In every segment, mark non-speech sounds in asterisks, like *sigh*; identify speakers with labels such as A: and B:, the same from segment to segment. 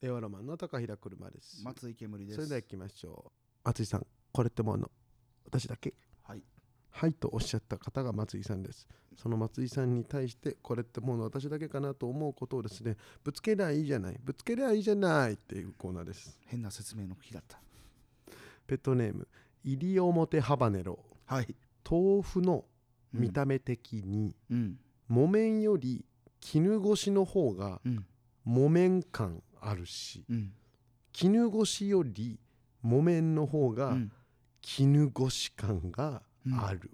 A: 令和ロマンの高平車です。
B: 松井煙です。
A: それでは行きましょう。松井さん、これってもうあの私だけ
B: はい。
A: はいとおっしゃった方が松井さんです。その松井さんに対してこれってもう私だけかなと思うことをですね、ぶつけりゃいいじゃない、ぶつけりゃいいじゃないっていうコーナーです。
B: 変な説明の日だった。
A: ペットネーム、イリオモテハバネロ。
B: はい。
A: 豆腐の見た目的に、
B: うん。
A: 木綿より絹ごしの方が
B: うん。
A: 木綿感あるし、
B: うん。
A: 絹ごしより木綿の方
B: う
A: が
B: ん
A: 絹ごし感がある、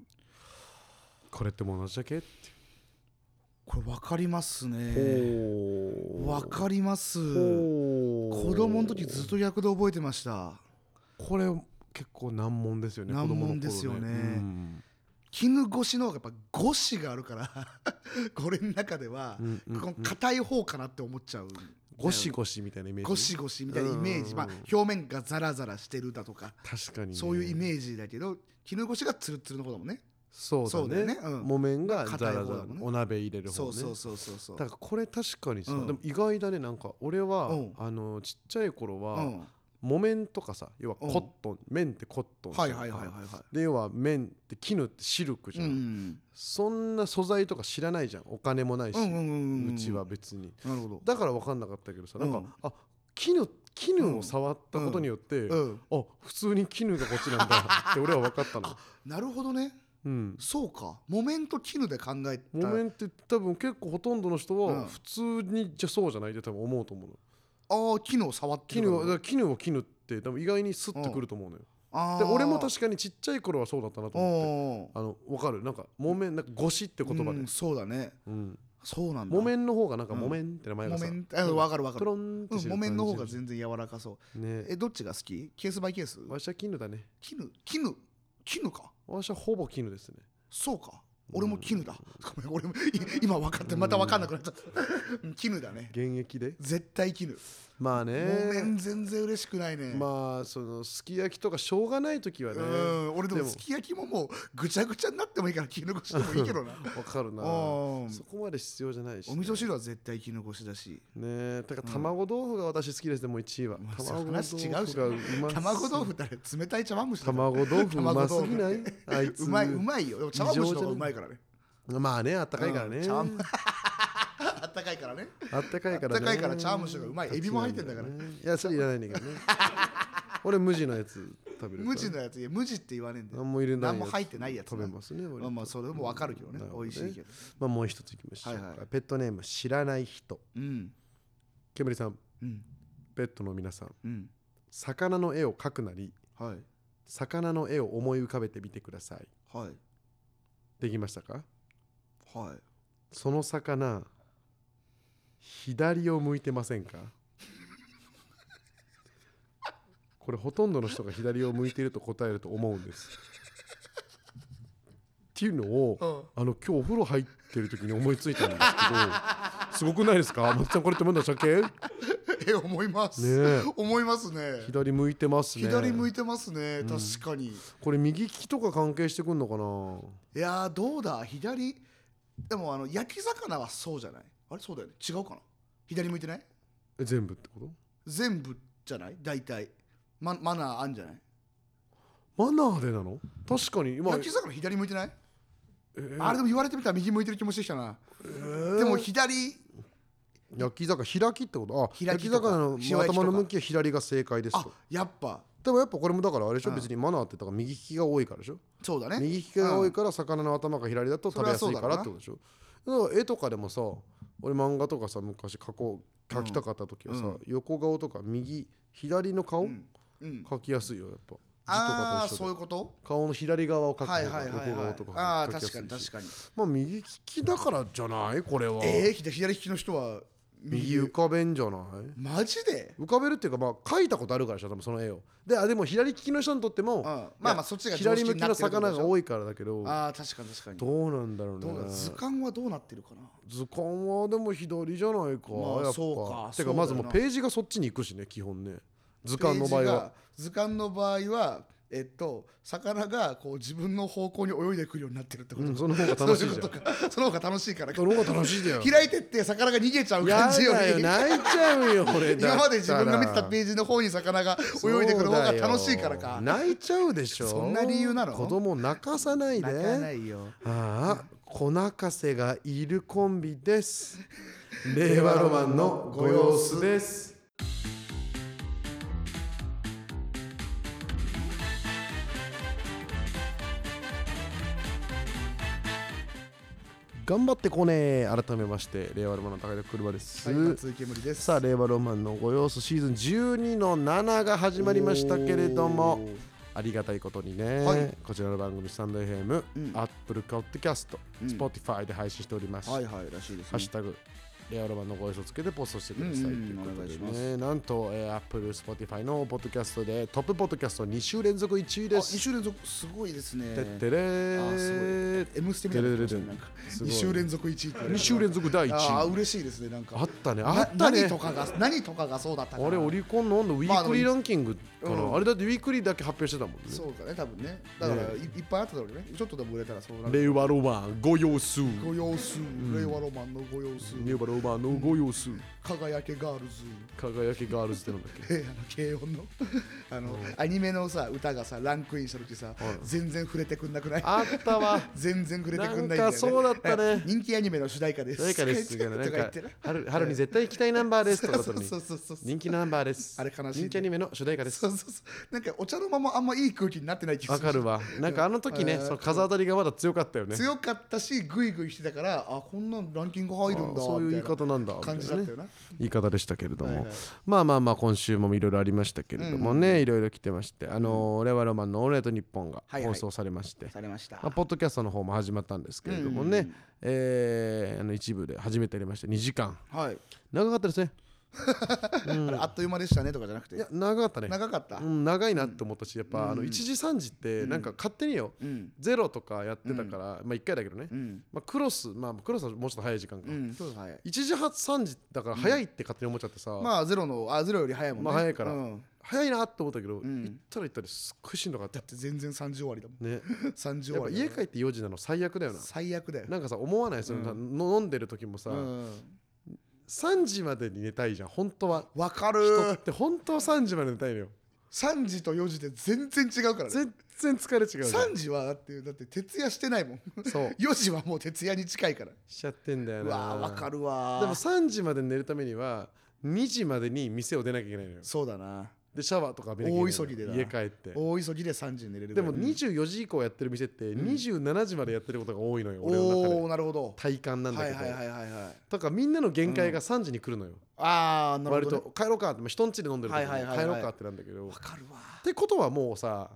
A: これってもう同じだけって、
B: これ分かりますね。
A: ほ
B: 分かります。
A: う
B: 子
A: ほう
B: 供の時ずっと逆で覚えてました。
A: これ結構難問ですよね
B: 難問
A: 子供の頃
B: ですよね
A: うん
B: 絹ごしの方がやっぱごしがあるから *laughs* これの中では
A: うんうんうん
B: この硬い方かなって思っちゃう
A: ゴシゴシみたいなイメージ
B: ゴシゴシみたいなイメー
A: う
B: ジ
A: んう
B: ま
A: んう
B: あ
A: ん
B: 表面がザラザラしてるだとか
A: 確かに、ね、
B: そういうイ
A: ージ
B: メージだけど絹ごしがツルツルの方だもんね
A: そうだ
B: そうだ
A: ね
B: よねうん
A: 木綿がザ
B: 硬い
A: ラ
B: 方
A: ザ
B: だ
A: ラ、
B: もんね
A: お鍋入れる方
B: そ
A: ね
B: うそうそうそうそう
A: だからこれ確かにさ、
B: うん
A: でも意外だねなんか俺は、
B: うん
A: あのちっちゃい頃
B: う
A: は、
B: ん
A: 木綿とかさ要はコットン、綿ってコットンじゃ
B: は
A: ん
B: い
A: か
B: はいはいはいは
A: で要は綿って絹ってシルク
B: い
A: じゃん、そんな素材とか知らないじゃんお金もないし、
B: う
A: うん
B: うんうんうんん
A: ちは別に
B: なるほど
A: だから分かんなかったけどさなんか、
B: うん
A: あ絹絹を触ったことによって、
B: うん
A: あ普通に絹がこっち
B: *laughs*
A: なんだって俺は分かったの、
B: なるほどね
A: うん、
B: そうか木綿と絹で考えた
A: 木綿って多分結構ほとんどの人
B: うん
A: は普通にじゃそうじゃないって多分思うと思うの
B: ああ絹を触って
A: 絹
B: る
A: はだから絹を絹って多分意外にスッとくると思うのよ、
B: あ
A: で俺も
B: か
A: 確かにちっちゃい頃はそうだったなと思ってあ
B: に
A: の分かるなんか木綿なんかゴシって言葉で、
B: うんそうだね
A: うん
B: そうなんだ
A: 木綿の方がなんか
B: うん
A: 木綿って名前が
B: 木
A: さ、
B: 綿あわかるわか
A: ト
B: る
A: ロンっ
B: う
A: て
B: ん
A: して
B: 木
A: る感じ
B: 綿の方が全然柔らかそう
A: ね
B: えどっちが好きケースバイケース
A: わしは絹だね
B: 絹絹絹か
A: わしはほぼ絹ですね
B: そうか俺も絹だごめん俺もい今分かってまた分かんなくなっちゃったうん絹
A: *laughs*
B: だね
A: 現役で
B: 絶対絹
A: まあ
B: 木綿
A: ね
B: 全然嬉しくないね
A: まあそのすき焼きとかしょうがない時はね
B: うん俺で
A: で
B: も
A: も
B: すき焼きももうぐちゃぐちゃになってもいいから絹ごしでもいい
A: *laughs*
B: けどな
A: わかるな
B: うん
A: そこまで必要じゃないし、
B: お味噌汁は絶対絹ごしだし
A: ねだから卵豆腐が私好きですねもう1位は、
B: まあ
A: 卵豆
B: 話
A: 腐
B: 違うし
A: がうま
B: 卵豆
A: 腐
B: 腐ってあれ冷たい茶碗蒸しだから
A: 卵豆腐うますぎないあいつ
B: うまいうまいよでも茶碗蒸しの方がうまいからね
A: まあねあったかいからね、
B: うん茶碗あったかいからね
A: あったかいからね。
B: あったかいから茶碗蒸しがうまいエビも入ってんだから
A: ね。いや、それいらないんだけど
B: *laughs*
A: ね。俺、無地のやつ食べるから。
B: 無地のやついや無地って言わねえんだよ
A: 何も入れないやつ。
B: 何も入ってないやつ
A: 食べますね、俺。
B: まあまあそれもわかるけどね
A: なるほど
B: 美
A: ね
B: 味しいけど
A: まあもう一ついきましょうか。
B: はいはい
A: ペットネーム、知らない人。
B: うん
A: 煙さん、
B: うん
A: ペットの皆さん、
B: うん
A: 魚の絵を描くなり、
B: はい
A: 魚の絵を思い浮かべてみてください。
B: はい
A: できましたか
B: はい
A: その魚、左を向いてませんかこれほとんどの人が左を向いていると答えると思うんです。っていうのを、あの今日お風呂入ってる時に思いついたんですけどすごくないですか松ちゃんこれってまだしたっけ
B: *laughs* え思います、
A: ねえ
B: *laughs* 思いますね
A: 左向いてますね
B: 左向いてますね、確かに
A: これ右利きとか関係してくんのかない
B: やーどうだ左でもあの焼き魚はそうじゃないあれそうだよね違うかな左向いてない
A: え全部ってこと
B: 全部じゃない大体ママナーあんじゃない
A: マナーでなの確かに今
B: 焼き魚左向いてない、あれでも言われてみたら右向いてる気もしてきたな、でも左
A: 焼き魚開きってことあ
B: 開
A: 焼
B: き
A: き
B: とか
A: 魚の
B: 塩焼きとか
A: 頭の向きは左が正解です
B: あ
A: と
B: やっぱ
A: でもやっぱこれもだからあれでしょ
B: うん
A: 別にマナーってだから右利きが多いからでしょ
B: そうだね
A: 右利きが多いから魚の頭が左だと食べやすいからってことでしょだから絵とかでもさ俺漫画とかさ昔描こう描きたかった時はさ、
B: うん
A: 横顔とか右左の顔、
B: うんうん、
A: 描きやすいよやっぱ
B: ああ
A: 字とかと一
B: そう
A: 緒で
B: いうこと
A: 顔の左側を描く
B: はい
A: 方が
B: はいはい、
A: 横
B: は
A: 顔
B: い
A: とか、
B: ああ
A: 描きやすいし
B: 確かに確かに
A: まあ右利きだからじゃないこれは、
B: えー、左左利きの人は
A: 右浮かべんじゃない
B: マジで
A: 浮かべるっていうかまあ描いたことあるからでしょ多分その絵をであでも左利きの人にとっても、
B: んまあまあそっちが常
A: 左
B: 識
A: 向
B: に
A: き
B: な
A: の
B: ってるってこと
A: 魚
B: でしょ
A: が多いからだけど
B: ああ確かに確かに
A: どうなんだろうね
B: どうだ図鑑はどうなってるかな
A: 図鑑はでも左じゃないか、
B: まあ
A: やっぱ
B: そうか
A: て
B: そ
A: か
B: うだよな
A: まずもうページがそっちに行くしね基本ね図鑑の場合は
B: ページが図鑑の場合はえっと魚がこう自分の方向に泳いでくるようになってるってこ
A: う
B: と
A: ん、
B: か、
A: その方が楽しいじゃん
B: そういうことかその方が楽しいからか
A: その方が楽しいだよ
B: 開いてって魚が逃げちゃう
A: や
B: 感じよ
A: だよ
B: り
A: 泣いちゃうよこれだったら
B: *laughs* 今まで自分が見てたページの方に魚が泳いでくる方が楽しいからか
A: そうだよ泣いちゃうでしょ
B: そんな理由なの
A: 子供を泣かさないで
B: 泣かないよ
A: ああ子泣かせがいるコンビ
B: *laughs*
A: です令和ロマンのご様子です頑張ってこねー改めまして令和ロマンの高田車です、
B: はい松井煙です
A: さあ令和ロマンのご様子シーズン12の7が始まりましたけれども
B: おー
A: ありがたいことにね、
B: はい
A: こちらの番組スタンド FM、
B: うん
A: アップルカウッドキャスト、
B: うん
A: スポティファイで配信しております。
B: はいはいらしいです
A: ハッ
B: ね
A: シュタグレアロマンのご一緒つけてポストしてくださいと
B: うんうん
A: いうことで
B: お願いし
A: ね、なんと、えー、Apple、Spotify のポッドキャストでトップポッドキャスト2週連続1位
B: あ
A: で
B: 二
A: す。
B: 週連続すごいですね
A: てってれ
B: あ
A: ー
B: 「M ステ」みたいになってましたねなんか
A: すごい
B: 二週連続一位って
A: 2週連続第1
B: ああ
A: 位。
B: 嬉しいですねなんか
A: あったね、
B: な
A: あったね
B: 何。とかが何とかがそうだったから
A: あれ、オリコンのなんだウィークリーランキングかな、
B: まああのうん
A: あれだってウィークリーだけ発表してたもんね。
B: そうかね多分ねだから
A: ね
B: いいっぱいあっただろうねちょっとでも売れたらそうなる
A: 令和ロマンご様子。
B: ご様子令和ロマンのご様子
A: 令和ロマンのご様子。
B: 輝けガールズ
A: 輝きガールズってなんだっけ
B: えあの軽音
A: *laughs*
B: のあのアニメのさ歌がさランクインした時さ全然触れてくんなくない
A: あったわ。
B: 全然触れてくんないんだよね
A: なんかそうだったね
B: *laughs* 人気アニメの主題歌です
A: 誰かです
B: と
A: が、
B: か *laughs*
A: なん
B: 言
A: か
B: ってな
A: 春春に絶対行きたいナンバーですとかだったのに
B: そうそうそうそう
A: 人気ナンバーです。
B: あれ悲しいね
A: 人気アニメの主題歌です
B: そう。そうそうなんかお茶の間もあんまいい空気になってない気が
A: わ
B: する
A: かるわ。なんかあの時ね、
B: うん
A: その風当たりがまだ強かったよね。
B: 強かったしグイグイしてたからあこんなんランキング入るんだ
A: あそういう言い
B: みた
A: 方なんだ。
B: な
A: みたい
B: 感
A: な
B: じだった
A: ね
B: よな
A: 言い方でしたけれど
B: はい
A: も
B: はい、
A: まあまあまあ、今週もいろいろありましたけれども
B: うんうん
A: ね、いろいろ来てまして、あのー、レワロマンのオールナイトニッポンが
B: はいはい
A: 放送されまして、
B: されました
A: まあポッドキャストの方も始まったんですけれども
B: う
A: ね
B: ん、
A: えーあの一部で初めてやりました、2時間。
B: はい
A: 長かったですね。
B: あれあっという間でしたねとかじゃなくて
A: いや、長かったね。
B: 長かった
A: うん、長いなって思ったしやっぱ、あの
B: うん
A: 1時3時ってなんか勝手によ、
B: うん
A: ゼロとかやってたから、まあ1回だけどね、
B: うん
A: まあ、クロスまあクロスはもうちょっと早い時間か、
B: うんそうはい
A: 1時半3時だから早いって勝手に思っちゃってさ、
B: まあゼロのあゼロより早いもんね
A: まあ早いから
B: うん
A: 早いなって思ったけど、
B: ん
A: 行ったら行ったらすっごいしんどかった
B: だって全然3時終わりだもん *laughs*
A: ね
B: 3時終
A: やっ
B: わ
A: ぱ
B: り
A: 家帰
B: っ
A: って4時なの最悪だよな
B: 最悪だよ
A: なんかさ思わないその、の飲んでる時もさ、
B: うん
A: 3時までに寝たいじゃん本当は
B: わか
A: 人っ
B: る
A: て本当は3時まで寝たいのよ
B: 3時と4時で全然違うからね
A: 全然疲れ違うじゃん
B: 3時はだってだって徹夜してないもん
A: そう
B: 4時はもう徹夜に近いから
A: しちゃってんだよ
B: う
A: な
B: わーわかるわー
A: でも3時まで寝るためには2時までに店を出なきゃいけないのよ
B: そうだな
A: でシャワーとか浴びなきゃいけないの
B: 大急ぎでな
A: 家帰って
B: 大急ぎで3時に寝れるぐ
A: で
B: ら
A: も
B: い
A: 24時以降やってる店って27時までやってることが多いのよ、俺の中
B: お
A: で
B: おなるほど
A: 体感なんだ
B: は
A: け
B: い
A: ど、
B: はいはいはいはい
A: だからみんなの限界が3時に来るのよ、
B: ああなる
A: 割
B: ほど、ね
A: と、帰ろうかってまあ人ん家で飲んでる時に
B: はいはいはいはい
A: 帰ろうかってなんだけど、
B: わかるわ
A: ってことはもうさ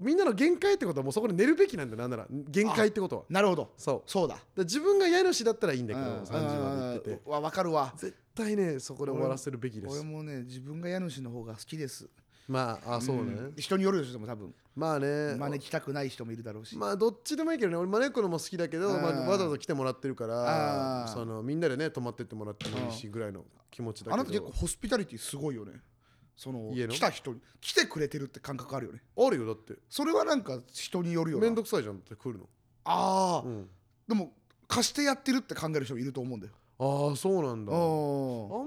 A: みんなの限界ってことはもうそこで寝るべきなんだよなんなら限界ってことは
B: なるほど
A: そう
B: そうだ
A: で自分が家主だったらいいんだけど、
B: うん
A: 3時まで行ってて
B: うんわわかるわ
A: 絶対ねそこで終わらせるべきです
B: 俺もね自分が家主の方が好きです
A: まああそうね、
B: ん人によるでしょでも多分
A: まあね
B: 招きたくない人もいるだろうし、
A: まあどっちでもいいけどね俺招くのも好きだけど、まあ、
B: うん
A: わざわざ来てもらってるから
B: あー
A: そのみんなでね泊まってってもらってもいいしぐらいの気持ちだけど
B: あなた結構ホスピタリティすごいよねその
A: 家の
B: 来た人に来てくれてるって感覚あるよね
A: あるよだって
B: それはなんか人によるよ
A: 面倒
B: な
A: くさいじゃんって来るの、
B: ああ、
A: うん
B: でも貸してやってるって考える人もいると思うんだよ
A: ああそうなんだあん
B: あ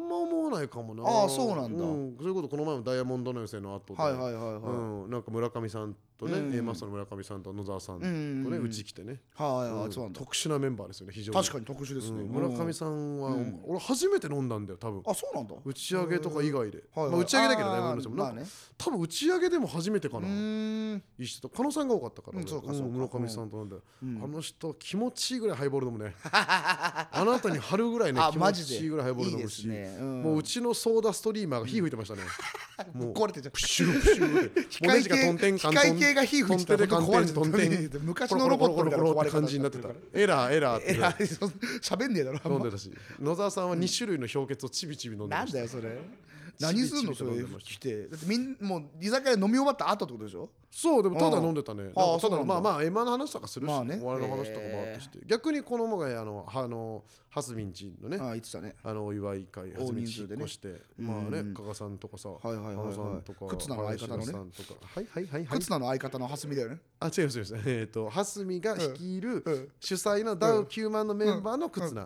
A: ま思わないかもな
B: あーそうなんだ
A: そういうことこの前もダイヤモンドの予選の後で、
B: あはいはいはいはい、
A: うん、なんか村上さんとね、
B: うん
A: A マスターの村上さんと野沢さんと
B: う
A: ね、
B: んうんうん
A: うち来てね、
B: はいはい、
A: うん
B: そうなんだ
A: 特殊なメンバーですよね非常に
B: 確かに特殊ですね、
A: うん
B: うん
A: 村上さんは、
B: うん
A: 俺初めて飲んだんだよ多分
B: あそうなんだ
A: 打ち上げとか以外で、
B: はいはい
A: まあ、打ち上げだけどね
B: あー
A: 山口さんもなんか
B: まあね
A: 多分打ち上げでも初めてか
B: う
A: な
B: ーん
A: 一緒と狩野さんが多かったから、
B: うんそうかそうか
A: 村上さんとなんだよ、
B: うん
A: あの人気持ちいいぐらいハイボール飲
B: *laughs*
A: むねあなたに張るぐらいね
B: あ
A: 気
B: マ
A: 持
B: ジで
A: ちいいぐらいハイボール飲むし
B: いいですねうん
A: もううちのソーダストリーマーが火吹いてましたね、もう
B: 壊れてんじゃん
A: プシュープシューって
B: 機械系
A: ボデジがトンテンカントン
B: 機械系が火吹いてたら
A: トンテントンテン
B: 本当に壊れてた昔のロボットみたい
A: コ
B: な
A: ロコロコロコロコロって感じになってたエラーエラーっ
B: え
A: て
B: らいそん喋んねえだろあん
A: 飲ん
B: ま
A: でたし野沢さんは2種類の氷結をちびちび飲んで
B: な
A: ま
B: ん
A: した
B: だよそれ何すんの
A: ち
B: そ
A: びちびと飲
B: れ
A: んでました
B: 来てだってみんもう居酒屋で飲み終わった後ってことでしょ
A: そうでもただ飲んでたね
B: あー
A: なんかた
B: そうな
A: だ
B: んだ
A: まあまあエマの話とかするし、
B: ま
A: ね
B: あね
A: お笑いの話とかもあってして、逆にこのもがあのはあのハスミンちのね
B: ああ言ってたね
A: あのお祝い会
B: 大
A: 初めて引
B: 人数で
A: っ
B: ね
A: 越して、まあ
B: う
A: ね
B: ん
A: 加賀さんとかさ、はい
B: はいはいはい
A: さんとか
B: 忽那の相方のね
A: 林田さんとかはいはいはいはい
B: 忽那の相方の蓮見だよね
A: あ違う違う違うえっ、とハスミが率いる、
B: うん
A: 主催のダウ9万のメンバーの忽那、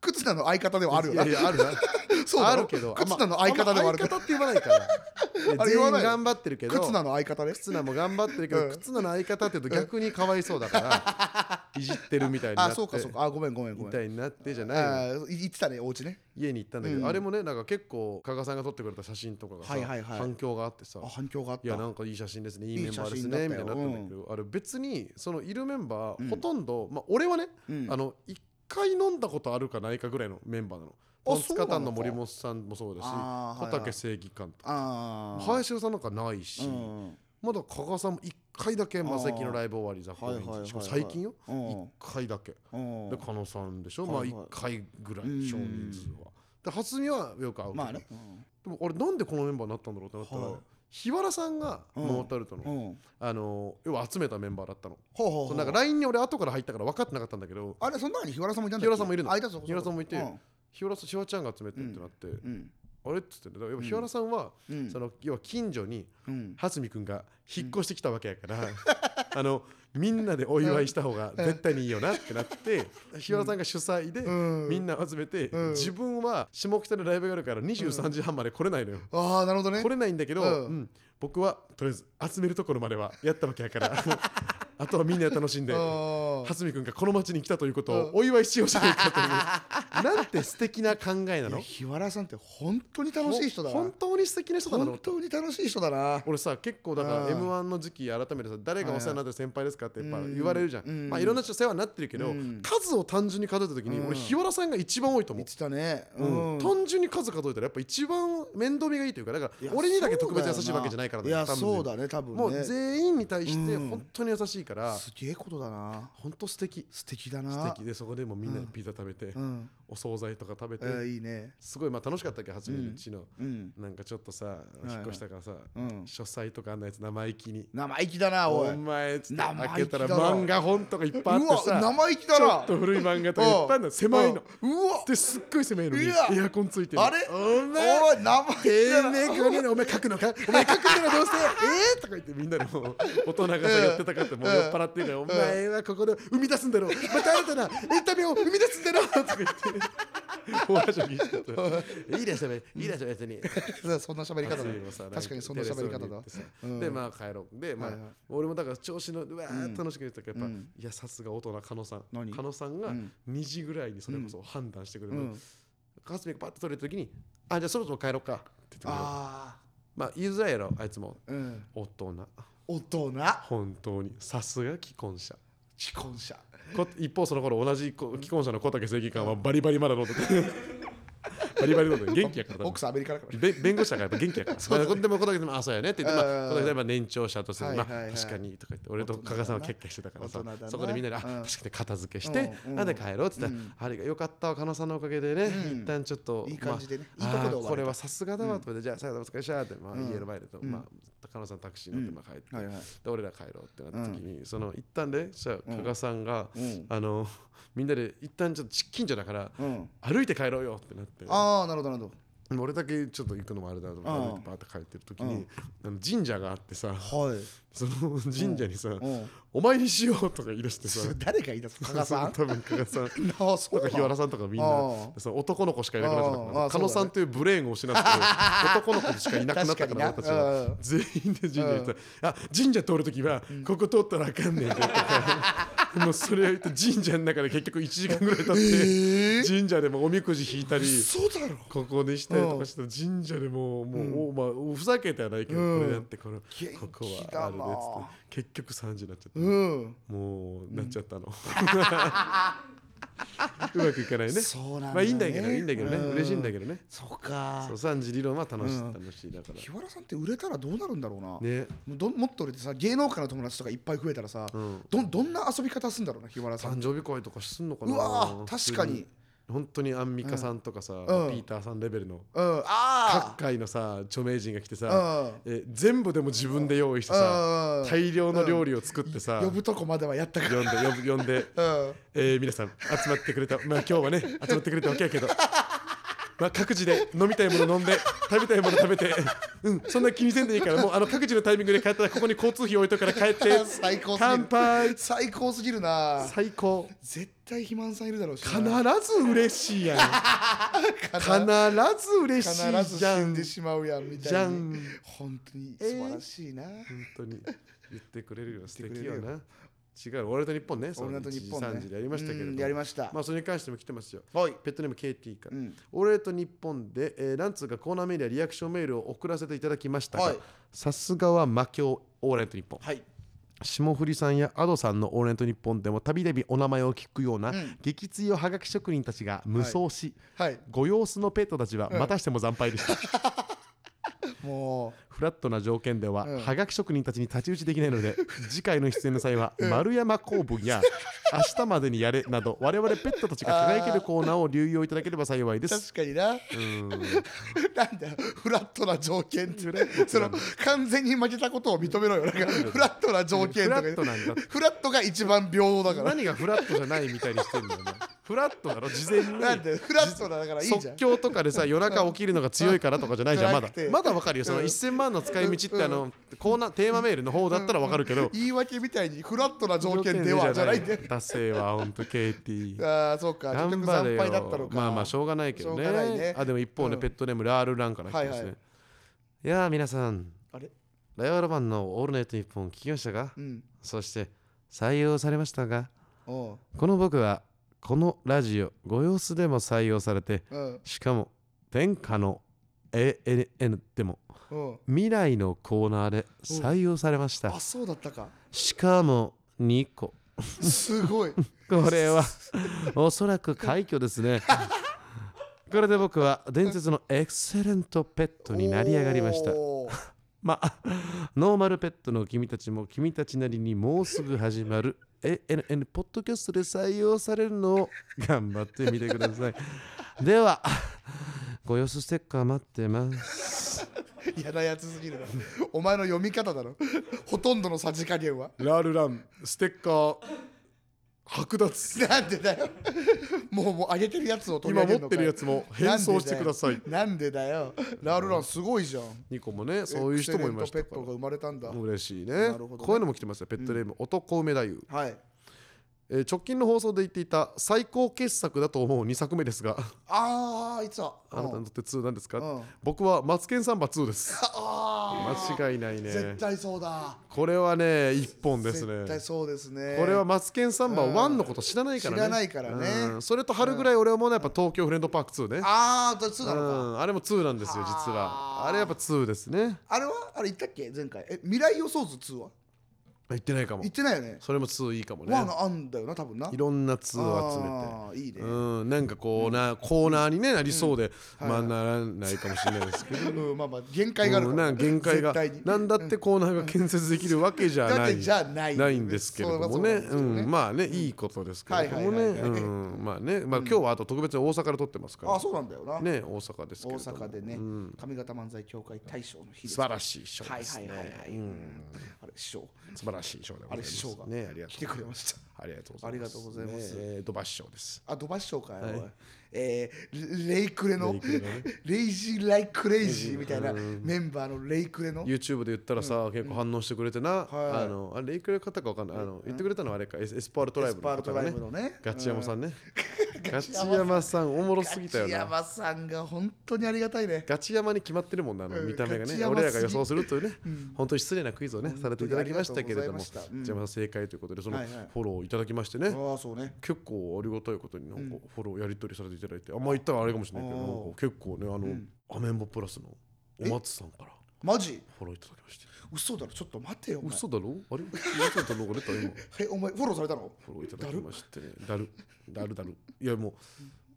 B: 忽那の相方ではあるよ
A: いやいやあるな
B: *laughs* そうだ
A: あ
B: ろ
A: るけど
B: 忽那の相方ではあるけ
A: け
B: ど
A: ど相方って言わないから
B: *laughs* あれ
A: 全
B: 言わ
A: 員
B: ない
A: 頑張ってるけど
B: 忽那の相方で
A: 忽那も頑張ってるけど、
B: うん
A: 忽那の相方って言うと逆にかわいそうだから
B: *laughs*
A: いじってるみたいになっ
B: あ
A: て
B: そうかそうかあごめんごめん
A: み
B: ごめん
A: たいになってじゃない
B: あい言ってたねお家ね
A: 家に行ったんだけど、
B: うん
A: あれもねなんか結構加賀さんが撮ってくれた写真とかがさ、
B: はいはいはい
A: 反響があってさ
B: あ反響があっ
A: いやな
B: た
A: んかいい写真ですねいい
B: いい
A: メンバーです
B: 写真だった
A: ね
B: よ
A: みたいになったんだけど、あれ別にそのいるメンバーほとんど、まあ俺はね、
B: うん
A: あの1回飲んだことあるかないかぐらいのメンバーなの。ポンスカタンの森本さんもそうだし
B: あー
A: 小
B: はいはい
A: 竹正義感とか
B: ああ
A: 林さんなんかないし、
B: うん
A: まだ加賀さんも1回だけ
B: あー
A: マセキのライブ終わりザコ
B: はいはいは
A: ー
B: いは
A: ン
B: い
A: しかも最近よ
B: うん
A: 1回だけ
B: うん
A: で狩野さんでしょ、
B: はいはい
A: まあ1回ぐらい
B: うん
A: 少人数はで初見はよく会うけど、
B: まあね
A: でも俺なんでこのメンバーになったんだろうってなったら、
B: はい
A: 日原さんが
B: うん
A: モータルトの、
B: うんうん
A: あの要は集めたメンバーだったの、
B: ほうほう
A: そ
B: ほ
A: う
B: う
A: なんか LINE に俺後から入ったから分かってなかったんだけど
B: あれその中に日原さんもいたんだ
A: 日原さんもいるの
B: あいたぞ
A: 日原さんもいて
B: うん
A: 日原さんしわちゃんが集めてるってなって、
B: うん
A: あれっつってねだからやっぱ日原さんは、
B: うん
A: その要は近所に
B: うん
A: 蓮見君が引っ越してきたわけやから、 *laughs* あのみんなでお祝いした方が絶対にいいよなってなって、日原さんが主催で、
B: うん
A: みんな集めて、
B: うん
A: 自分は下北でライブがあるから23時半まで来れないのよ、
B: ああなるほどね
A: 来れないんだけど、
B: うん
A: うん僕はとりあえず集めるところまではやったわけやから
B: *laughs*
A: あとはみんなで楽しんで。
B: あー
A: 蓮見君がこの町に来たということを
B: うん
A: お祝いしようじゃないかという
B: *laughs*
A: なんて素敵な考えない
B: や
A: の
B: 日原さんって本当に楽しい人だな
A: ほん本当に素敵な人だなと思っ
B: 本
A: て
B: 当に楽しい人だな
A: 俺さ結構だから
B: うん
A: m 1の時期改めてさ誰がお世話になってる先輩ですかってやっぱ
B: うん
A: 言われるじゃん、
B: うん
A: まあいろんな人世話になってるけど、
B: うん
A: 数を単純に数えた時に、
B: うん
A: 俺日原さんが一番多いと思
B: 言
A: う
B: っ、てたね
A: うん
B: うん
A: 単純に数数えたらやっぱ一番面倒見がいいというかだか
B: いや
A: ら俺にだけ
B: そう
A: 特
B: だよ
A: 別
B: な
A: 優しいわけじゃないから
B: い
A: 多
B: や
A: 分
B: そうだね多分ね
A: もう全員に対して
B: うん
A: 本当に優しいから、
B: すげえことだな
A: 本当素敵
B: 素敵だな
A: 素敵でそこでもうみんなでピザ食べて、
B: うん
A: お惣菜とか食べ
B: え
A: て、
B: ーいいね
A: すごいまあ楽しかったっけ初めてうちの、
B: うん
A: なんかちょっとさ
B: いはい
A: 引っ越したからさ、
B: うん
A: 書斎とかあんなやつ生意気に
B: 生意気だなおい
A: お前つって
B: 生意気だな
A: 開けたら漫画本とかいっぱいあっ
B: う
A: て
B: わ
A: さ
B: 生意気だな
A: ちょっと古い漫画とかいっぱいあるの狭いの
B: うんうわ
A: ですっごい狭いのに
B: う
A: エ
B: わ
A: アコンついてる
B: あれ
A: お前
B: おい生意気
A: え
B: だ
A: ー
B: な
A: ねこれねお前書くのかお前書くのがどうしてえーとか言ってみんなでもう大人がさやってたかってもう酔っ払ってるからお前はここで生み出すんだろまた新たなエンタメを生み出す
B: *laughs*
A: んだろとか言って大はしゃぎして
B: *laughs*
A: たいいですよねいいですよ別に
B: そんな喋り方だ
A: 暑い
B: ね
A: のさ
B: 確かにそんな喋り方
A: テレ
B: だ
A: ビでさ
B: うん
A: でまあ帰ろうでまあ
B: はいはい
A: 俺もだから調子のうわー楽しくやってたけどやっ
B: う
A: ぱ
B: ん
A: いやさすが大人狩野さん
B: 何
A: 狩野さんが
B: うん
A: 2時ぐらいにそれこそ判断してくれ
B: う
A: る
B: ん
A: カスミがパッと取れた時にあじゃあそろそろ帰ろうかって言ってくれる
B: あ
A: まあ言いづらいやろあいつも
B: あうん
A: 大人
B: 大人
A: 本当にさすが既婚者
B: 既婚者
A: こ一方その頃同じこ既婚者の小竹正義感はバリバリまだ飲んでて *laughs* バリバリ飲んでて元気やから多分
B: 奥さんアメリカだから
A: べ弁護士だからやっぱ元気や *laughs* からだからでも小竹さんも「あそうやね」って言って、ま
B: う
A: あ、
B: ん
A: 小竹さんは年長者として、
B: はい
A: ま
B: はいはい
A: あ、確かにとか言って俺と加賀さんは結果してたからさ
B: 大人だな
A: そこでみんなで「あ
B: うん
A: 確かに片付けして、
B: うんうん
A: なんで帰ろう」って言ったら「
B: うん
A: あれがよかったわ加納さんのおかげでね、
B: うん
A: 一旦ちょっと
B: いい感じでね
A: まあ
B: いいとこで終われ
A: あー
B: た
A: これはさすがだわ」とかで、じゃあさよならお疲れっした」って、まあ
B: うん
A: 家の前でと、
B: うん
A: まあ、加納さんタクシー乗ってまあ帰って、
B: はいはい
A: で俺ら帰ろうってなった時に、その一旦でじゃあ加賀さんが、
B: うん
A: あのみんなで一旦ちょっと近所だから、
B: うん
A: 歩いて帰ろうよってなって。
B: ああなるほどなるほ
A: でも俺だけちょっと行くのもあれだと思って歩いてバーって帰ってる時にあの神社があってさ
B: どはい
A: その神社にさ
B: うん
A: 「お参りしよう」とか言い出してさ *laughs*
B: それ *laughs* 誰が言い出す加賀さん
A: 多分加賀さんと
B: あそう
A: か
B: か
A: 日原さんとかみん
B: あ
A: なその男の子しかいなくなっちゃったか
B: あああ
A: ら
B: あ
A: 狩野さんというブレーンを失って男の子しかいなくなったから俺た
B: *laughs* 確
A: ち
B: かにな
A: は
B: うん
A: 全員で神社に行ったら「あ神社通る時はここ通ったらあかんねん」と
B: *laughs*
A: かもうそれを言って神社の中で結局1時間ぐらい経って
B: ええ
A: 神社でもおみくじ引いたり。
B: そうだろ
A: ここにしたりとかして神社でもうもう、おまあ、おふざけてはないけど、
B: うん
A: これだってこれこ
B: 元気だな
A: こはあるねっつって結局3時になっちゃった、
B: うん
A: もうなっちゃったの、
B: *laughs*
A: うまくいかないね
B: そうなんだね
A: まあいいんだけどいいんだけどね、
B: うん
A: 嬉しいんだけどね
B: そうか
A: そう3時理論は楽しい、
B: うん
A: 楽しいだから
B: 日原さんって売れたらどうなるんだろうな、
A: ね
B: もうどもっと売れてさ芸能界の友達とかいっぱい増えたらさ、
A: ん
B: どどんな遊び方するんだろうな日原さん
A: 誕生日会とかすんのかな
B: うわー確か
A: 普通
B: に
A: 本当にアンミカさんとかさ、
B: ん
A: ピーターさんレベルの
B: うんあ
A: 各界のさ著名人が来てさ、
B: あうん
A: え全部でも自分で用意してさ、
B: うん
A: 大量の料理を作ってさ、
B: 呼ぶとこまではやったか
A: 呼んで呼ぶ呼んで、
B: らうん
A: えー皆さん集まってくれたまあ今日はね集まってくれたわけやけど。まあ、各自で飲みたいもの飲んで食べたいもの食べて、うん、そんな気にせんでいいからもうあの各自のタイミングで帰ったらここに交通費置いとくから帰
B: *laughs*
A: って
B: 最高すぎ
A: 乾
B: る
A: 杯
B: 最高すぎるな
A: 最高
B: 絶対肥満さんいるだろうし
A: 必ず嬉しいやん必ず嬉し
B: 必
A: い
B: ず
A: じゃ
B: 死
A: ん
B: んでしまうやんみたいに
A: じゃん
B: 本当に素晴らしいな、
A: 本当に言ってくれるよ素
B: 言って
A: 敵
B: くれ
A: よ
B: るよ
A: な違う俺と日本ねそ
B: オールナ
A: の
B: イト
A: 1時
B: ニッポンね
A: 3時でやりましたけれど
B: うんやりました
A: まあそれに関しても来てますよ
B: はい
A: ペットネーム KT から、
B: うん
A: オールナイト日本で、えー、なんつうかコーナーメールやリアクションメールを送らせていただきましたが、
B: はい
A: さすがは魔境オールナイト日本
B: はい
A: 霜降りさんやアドさんの「オールナイトニッポン」でもたびたびお名前を聞くような
B: うん
A: 激強はがき職人たちが無双し、
B: はい
A: ご様子のペットたちはまたしても惨敗でした、
B: も
A: フラットな条件では、
B: うん
A: はがき職人たちに太刀打ちできないの
B: *laughs*
A: で次回の出演の際は、丸山公文や明日までにやれなど我々ペットたちが輝けるコーナーを流用いただければ幸いで
B: う
A: す
B: 確かにな
A: う
B: *laughs*
A: ん
B: なんだよフラットな条件って
A: フラット
B: その完全に負けたことを認めろよなんかフラットな条件
A: フ
B: とか
A: ラットなんだって
B: フラットが一番平等だから
A: 何がフラットじゃないみたいにしてんのよお前フラットだろ事前に
B: なんでフラットだからいいじゃ
A: 即
B: ん
A: 興とかでさ夜中起きるのが強いからとかじゃないじゃん
B: じ
A: ま
B: ゃ
A: だ
B: なくて
A: まだわかるよその
B: うん
A: 1000万の使い道ってあのコーナーテーマメールの方だったらわかるけど
B: 言い訳みたいにフラットな条件ではじゃないんだよ
A: 達成はほんと
B: *laughs*
A: KT
B: ああそうか結
A: 頑
B: 局
A: 張れ
B: 惨敗だったの
A: よ
B: か
A: まあまあしょうがないけど
B: しょうがない
A: ね
B: ね
A: あでも一方ね
B: うん
A: ペットネームラールランから来てます
B: はい
A: ね
B: はい
A: やー皆さん
B: あれ
A: ライオラマンの「オールナイトニッポン」聞きましたか
B: うん
A: そして採用されましたが
B: おう
A: この僕はこのラジオご様子でも採用されて
B: うん
A: しかも天下の ANN でも
B: うん
A: 未来のコーナーで採用されました
B: あそうだったか
A: しかも2個
B: すごい
A: これはおそらく快挙ですねこれで僕は伝説のエクセレントペットになり上がりました
B: おー
A: まあ *laughs* ノーマルペットの君たちも君たちなりにもうすぐ始まる ANN ポッドキャストで採用されるの *laughs* を頑張ってみてくださいでは *laughs* ご様子ステッカー待ってます
B: 嫌なやつすぎるなお前の読み方だろほとんどのさじ加減は
A: ラルランステッカー剥奪
B: なんでだよもうもう上げてるやつを取り
A: 今
B: 上げ
A: 持
B: るの
A: っ
B: か
A: て
B: よ
A: るやつも変装してください
B: なんでだよラルランすごいじゃん
A: ニコもねそういう人もいまし
B: エ
A: たか
B: クセレントペットが
A: ら
B: 生まれたんだ
A: 嬉しい
B: な
A: ね
B: るほどね
A: こういうのも来てますよペットネーム、男梅太夫、
B: はい
A: えー直近の放送で言っていた最高傑作だと思う2作目ですが
B: ああいつは
A: あなたにとって2なんですか、
B: うん
A: 僕はマツケンサンバ2です
B: あ
A: 間違いない
B: あ
A: ね
B: 絶対そうだ
A: これはね1本です
B: 絶対
A: ね
B: そうですね
A: これはマツケンサンバ1のこと知らないからね
B: 知らないからね
A: うんそれと春ぐらい俺はもうやっぱ東京フレンドパーク2ね
B: ああだそうな
A: う
B: のか
A: ん、あれも2なんですよ実は
B: はあ
A: あれやっぱ2ですね
B: あれはあれ言ったっけ前回え未来予想図2は
A: 言ってないかも
B: 言ってないよね
A: それも2いいかもね
B: ワンあんだよな多分ない
A: ろんな2を集めて
B: あーいいね
A: うん、なんかこうな、コーナーに、ね、なりそうで、
B: うん
A: まあ
B: はい
A: ならないかもしれないですけど。
B: うんまあまあ *laughs* 限界があ
A: う
B: るか
A: ん
B: ら
A: なんか限界が
B: 絶対に
A: なんだってコーナーが建設できるわけじゃ
B: だ
A: な
B: っ
A: い
B: てじゃあない
A: ないんですけれどもね
B: そうなんですよ
A: うん、まあねいいことですけれどもね、
B: はいはいはいはい
A: うん、まあね、まあ、今日はあと特別に大阪で撮ってますから
B: あそうなんだよな
A: ね大阪ですけ
B: 大
A: れども
B: 阪でね
A: うん
B: 上方漫才協会大賞の日です
A: 素晴らしい賞
B: はい
A: です
B: は
A: ね、
B: いはいはいうんあれ師匠
A: 素晴らしい賞でござ
B: あ
A: いま
B: れ
A: す
B: 師匠が
A: ねありがと
B: 来
A: う
B: てくれました
A: ありがとうございます
B: ありがとうございます
A: ねえー、土橋賞です
B: あ土橋師匠かよおいえーレイクレの
A: レイクレのね
B: *laughs* レイジーライクレイジーみたいなメンバーのレイクレの
A: YouTube で言ったらさ、結構反応してくれてな、
B: はい
A: あのあれレイクレ方かわかんない、あの言ってくれたのはあれかエスエスパールトライ
B: エ
A: ブ
B: ス
A: の
B: パール
A: 方
B: ト
A: が
B: ラ
A: ね
B: イブのね
A: ガチ山さんね、ガチ
B: 山さん
A: 山さんおもろすぎたよ
B: 内
A: な
B: 山さんが本当にありがたいね
A: ガチ山に決まってるもんなあの
B: うん
A: 見た目が
B: ガ
A: ね、
B: チ山
A: 俺らが
B: す
A: 予
B: ぎ
A: 想するというね、本当に失礼なクイズをねされていただきましたけれども
B: ありがとうございましたうん
A: 山さん正解ということでその
B: はいはい
A: フォローいただきましてね、
B: ああそうね
A: 結構ありがたいことになんかフォローやり取りされていただいて、あんま言ったらあれかもしれないけど
B: あ
A: な
B: ー
A: んか結構ねあの、アメンボプラスのお松さんから
B: マジ
A: フォローいただきまして
B: 嘘だろちょっと待てよお前
A: 嘘だろあれ嘘だろ俺た今
B: えお前フォローされたの
A: フォローいただきましてねだるだるだるいやもう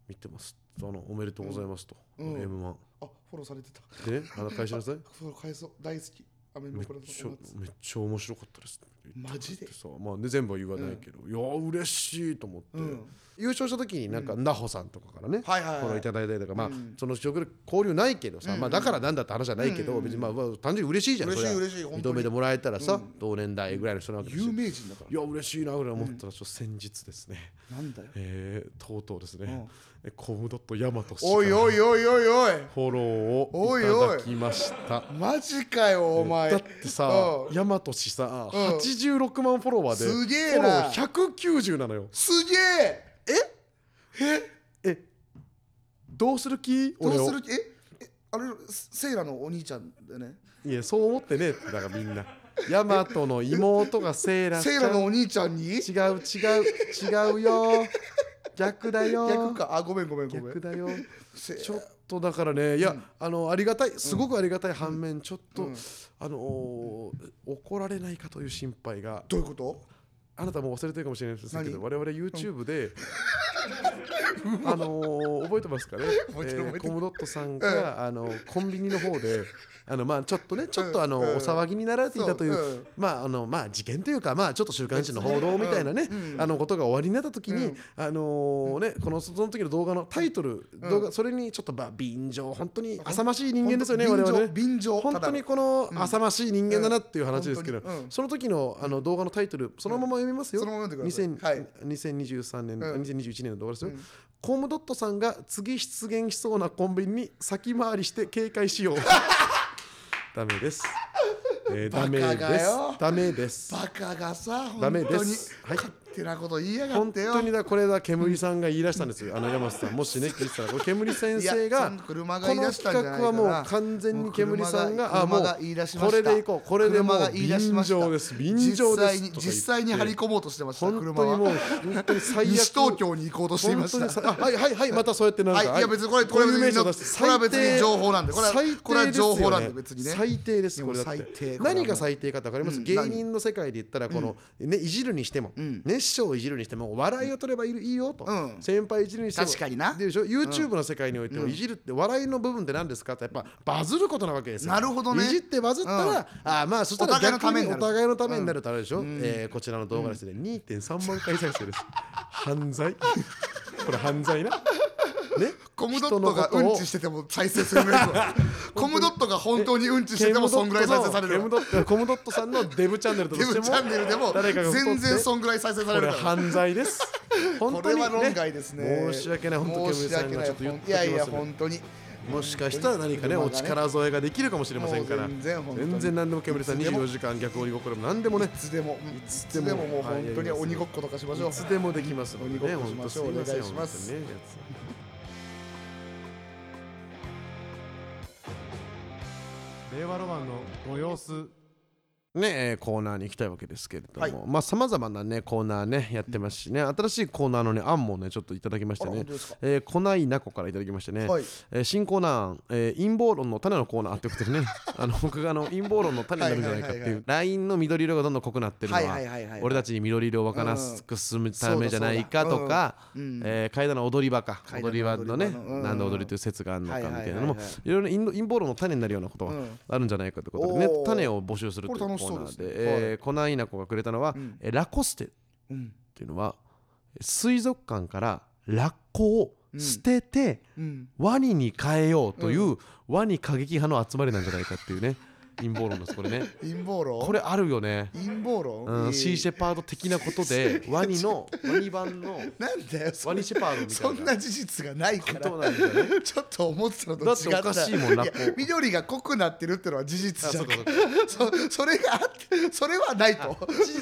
A: 見てますあのおめでとうございますと、
B: うんうん
A: M1
B: あフォローされてた
A: でねあの返しなさい
B: フォロー返そう大好きアメン
A: め
B: ボ
A: っ
B: プラス
A: ちゃ
B: のお松
A: めっちゃ面白かったです
B: マジで
A: ってさまあね全部は言わないけど、いや嬉しいと思って、
B: うん
A: 優勝した時になんか、ナホさんとかからね、
B: はいはいはい
A: このいただいたりとか、まあ
B: うん
A: その食力交流ないけどさ、まあ、だからなんだって話じゃないけど、
B: うん
A: 別にまあまあ単純に嬉しいじゃん
B: 嬉しい
A: それは
B: 嬉しい本当に
A: 認めてもらえたらさ、同年代ぐらいの人なわけですよ
B: 有名人だか
A: いや嬉しいなぐらい思ったら、ちょっと先日ですね、
B: らなんだよ
A: えー、とうとうですね、えコムドットヤマト氏
B: おいおいおいおいおい
A: フォローを
B: お
A: い
B: い
A: た
B: お
A: だ
B: い
A: きました。
B: マジかよお前
A: だってさ
B: う、ん
A: ヤマト氏さ、
B: うん
A: 86万フォロワーで、
B: すげえな
A: フォロー190なのよ。
B: すげえ
A: え、どうする気
B: ど
A: 俺
B: う
A: を
B: するええあれセイラのお兄ちゃんだよね
A: いや、そう思ってねえって、だからみんな。ヤマトの妹がセイラち
B: セイ
A: ゃ
B: ラの
A: ん。
B: お兄ちゃんに
A: 違う違う違うよ。逆だよ。
B: 逆かあごめんごめんごめ
A: 逆
B: ん
A: だよ。
B: せ
A: ちょっとだからね、いや、あの、ありがたい、すごくありがたい反面、ちょっと、
B: うん
A: あのー怒られないかという心配が。
B: どういうこと
A: あなたもう忘れてるかもしれないですけど
B: 何
A: 我々 YouTube
B: *laughs*
A: で、あのー覚えてますかね、え
B: 覚えてる覚えて
A: ー
B: る
A: コムドットさんが、あのコンビニの方であの、まあ、ちょっとねちょっとあの、
B: うんうん
A: お騒ぎになられていたという、
B: そううん
A: まああのまあ、事件というか、まあ、ちょっと週刊誌の報道みたいなね、あのことが終わりになった時に、
B: うん
A: あのーね、このその時の動画のタイトル、
B: うん
A: 動画それにちょっと、まあ、便乗本当に浅ましい人間ですよね
B: ほん
A: 我
B: と
A: 々ね。
B: 便乗
A: 本
B: 便乗
A: 当にこの浅ましい人間だなっていう話ですけど、
B: うんうん
A: その時のあの動画のタイトルそのまま読みますよ、
B: そのまま読んでください
A: 2000
B: はい
A: 2023年、
B: うん
A: 2021年の動画ですよ、
B: うん
A: コムドットさんが次出現しそうなコンビニに先回りして警戒しよ
B: *laughs*
A: うダメです、えー
B: バ
A: ダ
B: カ
A: メ
B: がよ
A: ですダメです
B: バカがさ
A: ダ
B: 本当
A: メ
B: に
A: ですはい
B: 勝手なこと言いやがっ
A: 本
B: てよ
A: 当にだこれだ煙さんが言い出したんですよ、あの山瀬さんもしね聞いてたらこれ煙先生
B: い
A: が
B: やその車が
A: こ
B: 言い
A: の
B: 出したんじゃ
A: 企画
B: ないかな
A: はもう完全に煙さんがあも
B: 車
A: う
B: が言い出しま
A: こ
B: した
A: れでいこうこれでも
B: 車
A: う
B: が言い出し
A: 便
B: ました
A: 乗です便乗です
B: 実際
A: とか
B: に
A: 言って
B: 実際に張り込もうとしてました
A: 本当に
B: 車
A: もう
B: は
A: 本当に最悪
B: 西東京に行こうとしていま
A: 本当に
B: した
A: さあはいはいはいまたそうやってなんか、
B: はいいや別にこれこれは別
A: 固有名
B: に
A: 詞を出して
B: これは別に
A: 最低
B: 情報なんでこれは
A: 最低ですよね
B: これは情報なんで別にね
A: 最低です
B: いや
A: こ
B: もう
A: れだって
B: 最低これはもう
A: 何が最低かって分かります、
B: うん
A: 芸人の世界で言ったらこの、ねいじるにしても、
B: ん
A: 熱唱をいじるにしても笑いを取ればいいいいよと、
B: うん
A: 先輩いじるにしても
B: 確かにな
A: でしょ YouTube の世界においてもいじるって笑いの部分って何ですかってやっぱバズることなわけですよ
B: なるほどね
A: いじってバズったら、
B: うん
A: あーまあそしたら
B: お互いのためにな
A: 逆お
B: る
A: 互いのためになるためでしょ、えーこちらの動画ですね、2.3万回再生です
B: *laughs*
A: 犯罪これ犯罪なね
B: コムドットが
A: 人
B: う
A: のこ
B: ん
A: とを
B: ちしてても再生
A: *laughs*
B: するぐらいだコムドットが本当にうんちしててもそんぐらい再生される
A: ケムドットのコムドットさんのデブチャンネルと
B: デ
A: し
B: ブ
A: て
B: チ
A: も
B: ャンネルでも
A: 誰かが太って
B: 全然そんぐらい再生さ
A: こ
B: れ
A: れ
B: るから
A: 犯罪
B: *laughs*
A: です本当
B: こ
A: に、
B: れ
A: ね、
B: は論外ですね
A: 申し訳ない本当ケム
B: 申し
A: さん
B: 訳
A: が
B: な
A: ち
B: い
A: ょっと言ってき
B: い
A: ま
B: や
A: すね
B: いや本当に
A: もしかしたら何かねお
B: 本当に車がね
A: 力添えができるかもしれませんから
B: もう全然本当に
A: 全然何でも煙さん
B: いつでも
A: 24時間逆折りごこれも何でもね
B: いつでも
A: い
B: い
A: つ
B: つ
A: で
B: で
A: も
B: ももう本当に鬼ごっことかしましょう
A: いつでもできますのでね
B: 鬼ごっこし
A: 本当
B: ますしょう
A: いません
B: お願いします
A: 本当にね令和ロマンのご様子ねえーコーナーに行きたいわけですけれども、
B: はい
A: まあさまざまなねコーナーねやってますしね新しいコーナーのね案もねちょっといただきまして
B: あら
A: ね
B: 本当ですか
A: えー、こないなこからいただきましてね、
B: はい
A: えー新コーナー案、えー陰謀論の種のコーナーということでね *laughs* あの僕があの陰謀論の種になるんじゃないかって
B: はい
A: い
B: はいは
A: うラインの緑色がどんどん濃くなってるの
B: はい
A: は
B: はいはいはい
A: 俺たちに緑色を分からなく進むためじゃないかとか、
B: うんそうだそうだうん
A: えー階段の踊り場か
B: 階
A: 踊
B: 段
A: り
B: の
A: 場のね
B: 踊り場のうん
A: 何の踊りという説があるのかみたいなの
B: はいはい
A: も
B: はいはい
A: いろいろ陰陰謀論の種になるようなことが
B: うん
A: あるんじゃないかということでね
B: おー
A: 種を募集するというコ
B: これ楽し
A: ー
B: そう
A: ナ
B: で
A: ー
B: すね
A: でえーコナイナコがくれたのは、
B: うん
A: えーラコステっ
B: うん
A: ていうのは水族館からラッコを捨てて、
B: うん
A: ワニに変えようという、ワニ過激派の集まりなんじゃないかっていうね陰謀論ですこれ
B: *laughs*
A: ね
B: 陰謀論
A: これあるよね、
B: 陰謀論
A: うん、シーシェパード的なこと
B: *laughs*
A: でワニのワニ版の
B: なんだよそ
A: ワ
B: ん
A: ニシェパードみた
B: そ
A: いなん
B: な事実がないか
A: こと
B: ら
A: なんだよね
B: ちょっと思ってたのと違
A: だ
B: った
A: っておかしいもんラップ
B: や緑が濃くなってるってのは事
A: あ
B: 実じゃ
A: そ
B: ん
A: うかそうか
B: そそれがあってそれはないと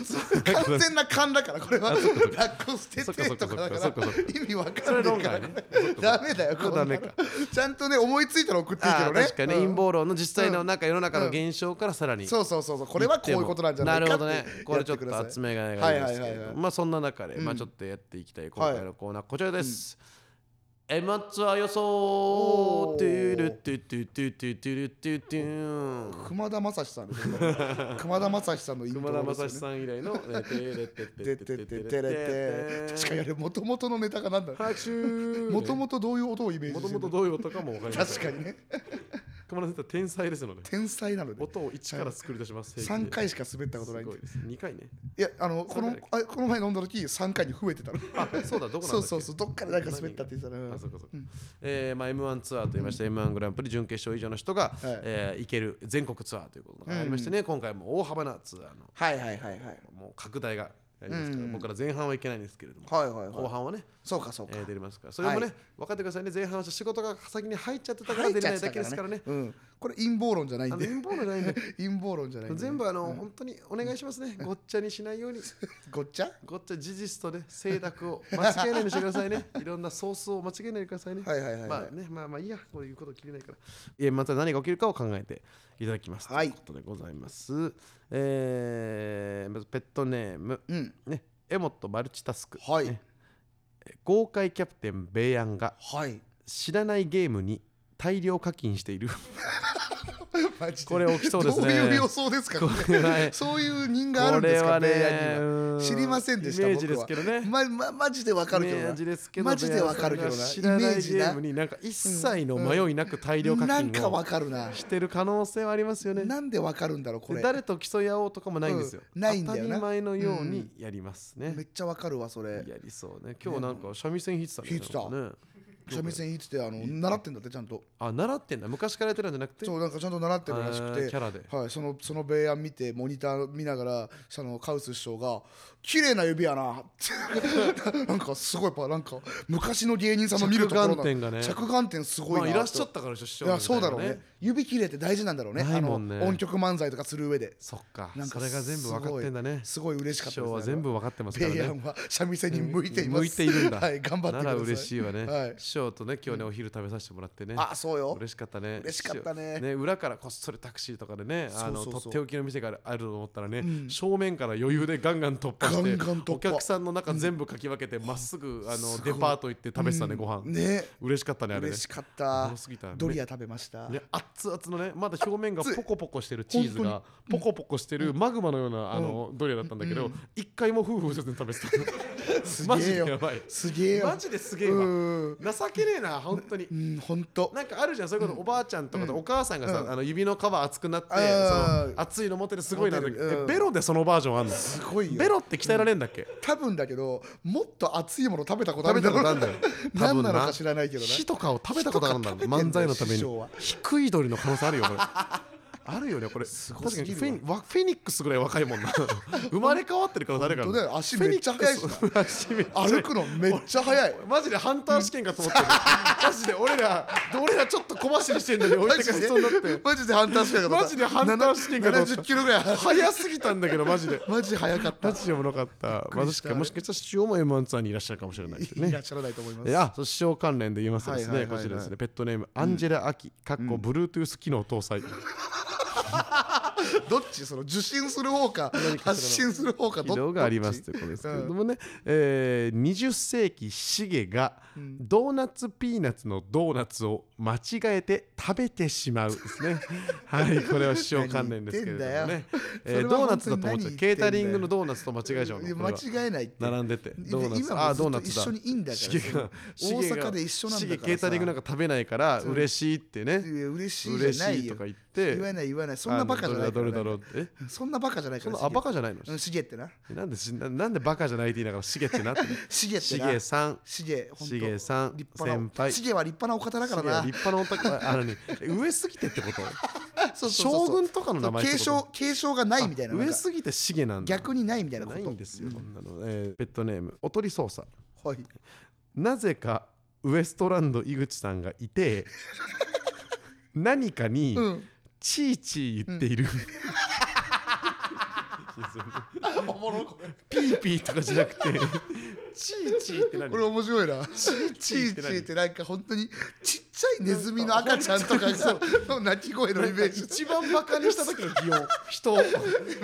B: 完全な勘だからこれはラッコ捨ててとかだ
A: そっかそ
B: か
A: っ
B: ら
A: かそっ
B: 意味わ
A: そ
B: か
A: れ
B: んな
A: 論
B: いから
A: 外ね
B: *laughs* ダメだよこんな
A: ダ
B: の
A: メか
B: ちゃんとね思いついたら送っていいけ
A: あ
B: ど
A: ー
B: ね
A: 確かに、
B: うん
A: 陰謀論の実際の
B: うん
A: なんか世の中の現象からさらに、
B: そうそうそうそうこれはこういうことなんじゃない
A: な
B: か
A: るほ
B: って
A: どねこれちょっ
B: や
A: と
B: てくださ
A: 集
B: い
A: めがいがありますけれど、
B: はいはいはいはい
A: まあそんな中で、
B: うん
A: まあちょっとやっていきたい今回のコーナー、こちらです、エマツア予想
B: おー
A: トゥルトゥトゥトゥトゥトゥルトゥトゥーン
B: 熊田正史さんですよ熊田正史さんのイン
A: 熊田正史
B: ん
A: さん以来のねテレテ
B: て
A: テ
B: て
A: テテ
B: ててれて確かにあれ元々のネタがなんだ
A: 拍手
B: もともとどういう音をイメージ
A: も
B: し
A: とも
B: てる
A: とどういう音かもわかりません
B: 確かにね
A: 熊田先生は天才ですので
B: 天才なので
A: 音を一から作り出します
B: 3回しか滑ったことないん
A: す
B: で
A: ごいです2回ね
B: いやあのこ
A: 三
B: の
A: 回だ
B: あこの前飲んだ時3回に増えてたの
A: あ *laughs* そうだどこなんだっけ
B: そうそうそうどっからなんか滑ったって言ってた
A: あ
B: ら
A: そうかそうか、えーまあ、m 1ツアーと言いまして、m 1グランプリ準決勝以上の人が、えー行ける全国ツアーということがありましてね、今回も大幅なツアーの
B: はいはいはいはい
A: もう拡大がありますから、
B: うん
A: 僕ら前半はいけないんですけれども、
B: はいはい
A: 後
B: はい
A: 半はね、
B: そうかそうか
A: えー出れますからそれもね、
B: はい
A: 分かってくださいね前半は仕事が先に入っちゃってたから
B: 入っ
A: 出
B: ち
A: れ
B: ゃ
A: な
B: っ
A: い
B: て
A: だ
B: た
A: けですからね
B: うんこれ陰謀論じゃない
A: あの
B: んで
A: 陰謀論じ
B: *laughs*
A: ゃないね
B: 陰謀論じゃないんで
A: 全部あの、本当にお願いしますねごっちゃにしないように
B: ごっちゃ
A: ごっちゃ事実とね清濁を間違えないようにしてください
B: *laughs*
A: ねいろんなソースを間違えないでくださいね
B: はいはいはいはい
A: まあねまあまあいいやこういうこと切れないからいやまた何が起きるかを考えていただきます、
B: はい
A: ということでございますえー、まずペットネーム
B: うん
A: ねエモットマルチタスク、
B: はい
A: ね豪快キャプテンベイヤンが
B: はい
A: 知らないゲームに大量課金している
B: マジで
A: これ起きそうですね
B: どういう予想ですかこ
A: これは
B: れそういう人 *laughs* があるんですか
A: これはね
B: ベイヤンには知りませんでした
A: イメージ
B: 僕
A: です
B: は
A: けどね
B: ままマジでわかるけど
A: イメー
B: な
A: ジですけど
B: マジでわかるけどな
A: ベアさんが知らない
B: イメー
A: ゲ
B: ジな
A: ームになんか一切の迷いなく大量課
B: なん
A: 金
B: かわ
A: を
B: かるな
A: してる可能性はありますよね。
B: なんでわかるんだろうこ
A: で
B: れ
A: 誰と競い合おうとかもないんですよ。
B: うんないんだよな
A: 当たり前のようにやりますね
B: め。っちゃわかるわそれ
A: やりそうね。今日なんか三味線弾いてたね。
B: 弾いてた
A: なんかね
B: 三味線いいっつってあの習ってんだってちゃんと
A: あ、習ってんだ。昔からやってたんじゃなくて、
B: そうなんかちゃんと習ってるらし
A: あ
B: く
A: ー
B: て
A: キャラで
B: はい、そのそのベイアン見てモニター見ながらそのカウス師匠が「綺麗な指やな」 *laughs* ってなんかすごいやっぱなんか昔の芸人さんの見るところの
A: 着眼点がね
B: 着眼点すごい
A: ま
B: な
A: あ
B: て
A: いらっしゃったからでしょ師匠
B: いや
A: みた
B: そ
A: いう
B: だ
A: な
B: ろうね。指綺麗って大事なんだろうね
A: ないもんね
B: あの音曲漫才とかする上で
A: そっか。
B: なんか
A: それが全部分かってんだね。
B: すごい嬉しか
A: 師
B: った
A: 匠は
B: ですね
A: 全部分かってますから
B: ベイア
A: ね。
B: ンは三味線に向いています
A: 向いているんだ。
B: *laughs* はい頑張ってくださ
A: な
B: い
A: ら嬉しいわね。
B: はい
A: 師匠とね、今日ね、お昼食べさせてもらってね。
B: あそうよ
A: 嬉しかったね
B: 嬉しかったね
A: し裏からこっそりタクシーとかでねあの
B: そうそうそう
A: とっておきの店があると思ったらね、正面から余裕でガンガン突破して
B: ガンガン突破
A: お客さんの中全部かき分けてまっすぐあの
B: すごい
A: デパート行って食べてたねご飯、
B: ね
A: 嬉しかったねあれね
B: 嬉しかった
A: 多すぎた
B: ドリア食べました、
A: ね、熱々のねまだ表面がポコポコしてるチーズが
B: 本
A: ポコポコしてるマグマのようなあのドリアだったんだけど一回も夫婦せずに食べてた
B: *laughs* す
A: マ
B: げ
A: ジ
B: え
A: でや
B: よ
A: ばい
B: すげえよ
A: マジですげえわ
B: うん
A: 情けねえな本当に
B: うんほんと
A: なんかあるじゃんそういうこと、おばあちゃんとかとお母さんがさ、あの指の皮厚くなって、
B: あー
A: その熱いの持っててすごいなって、
B: 持ってるうん
A: えベロでそのバージョンあんの
B: すごいよ
A: ベロって鍛えられんだっけ、
B: 多分だけどもっと熱いもの食べたことあ
A: 食
B: る
A: べ
B: ん
A: た
B: だろ
A: こ
B: う
A: とあ
B: なん
A: だよ
B: 何なのか知らないけどね
A: 火とかを食べたことあるんだ
B: 火とか食べ
A: 漫
B: てんだ
A: 才
B: よ
A: のため
B: 師
A: に
B: 匠は
A: 低い鳥の可能性あるよこれあるよねこれ
B: ごすぎるわ
A: 確かにフェニわフェニックスぐらい若いもんな *laughs* 生まれ変わってるから誰か
B: 本当だよ足めっちゃ速いしな
A: フェニックス足めっちゃ速い
B: 歩くのめっちゃ速い
A: マジでハンター試験かと思ってるマジで俺ら俺らちょっと小走りしてんのに置いてかれそうになって
B: マジでハンター試験だった
A: マジでハンター試験かと思った
B: 70キロぐらい
A: 早すぎたんだけどマジ
B: *laughs*
A: で
B: マジで速かった
A: マジでおもろかった
B: く
A: ま
B: り
A: し
B: した
A: かもしかしたら師匠も M1 ツアーにいらっしゃるかもしれないです
B: いら
A: ね
B: っしゃらないと思いま
A: い
B: す
A: やそう師匠関連で言いますとです
B: は
A: ね
B: いはいは
A: こ
B: いはい
A: ちらですねペットネームアンジェラ・アキかっこ Bluetooth 機能搭載
B: どっちその受信する方か発信する方か
A: 機
B: ど
A: 能
B: っ
A: があります
B: ど
A: という
B: っ
A: ことですけれどもねえー20世紀シゲがドーナツピーナッツのドーナツを間違えて食べてしまうです
B: *laughs*
A: ねはいこれは師匠関連ですけれどもね
B: 何言ってんだよ
A: えー
B: それは
A: ドーナツだと思っちゃう
B: 本当に何言ってんだよ
A: ケータリングのドーナツと間違えちゃうの
B: ちいや
A: これは
B: 間違えないって
A: 並んでてドーナツ
B: 今
A: あ
B: もず
A: ドーナ
B: っと
A: ツ
B: 一
A: だ
B: 緒にいいんだから
A: シゲが
B: その大阪で一緒なんだから
A: シゲケータリングなんか食べないから嬉しいってね
B: いや嬉しい
A: 嬉
B: じ
A: し
B: ゃない
A: い
B: よ
A: とか言って
B: 言わない言わないそんなバカじゃない
A: あ
B: か
A: ど
B: ら
A: れ
B: ね
A: だろうって
B: そんなバカじゃない
A: そ
B: か
A: ん
B: ら
A: なあバカじゃないの
B: うんシゲってな
A: なんでしななんでバカじゃないって言いながらシゲってなって
B: *laughs* シゲって
A: シ
B: な
A: ゲさん
B: シゲほんと
A: シゲさん
B: 立派な
A: 先輩
B: シゲは立派なお方だ
A: シ
B: か
A: ゲ
B: ら
A: は
B: な
A: 立派なお
B: *laughs*
A: 宅あのにえ上すぎてってこと
B: そうそうそう
A: 将軍とかの名前ってこ
B: 継
A: と
B: 承継承がないみたいなな
A: 上
B: んか
A: すぎてシゲなんだ
B: 逆にないみたいなこ
A: ない
B: と
A: んですよこんなのえーペットネームおとり捜査
B: はい
A: なぜかウエストランド井口さんがい
B: *laughs*
A: て何かに
B: うん
A: チーチー言っている、 *laughs*
B: おもろこれ
A: ピーピーとかじゃなくてチーチーって何
B: これ面白いな
A: チ
B: チ
A: ー
B: ー
A: って
B: チ
A: 何
B: ーってなんか本当にちっちゃいネズミの赤ちゃんとかさの鳴き声のイメージ
A: 一番バカにした時の擬音人
B: *laughs*
A: を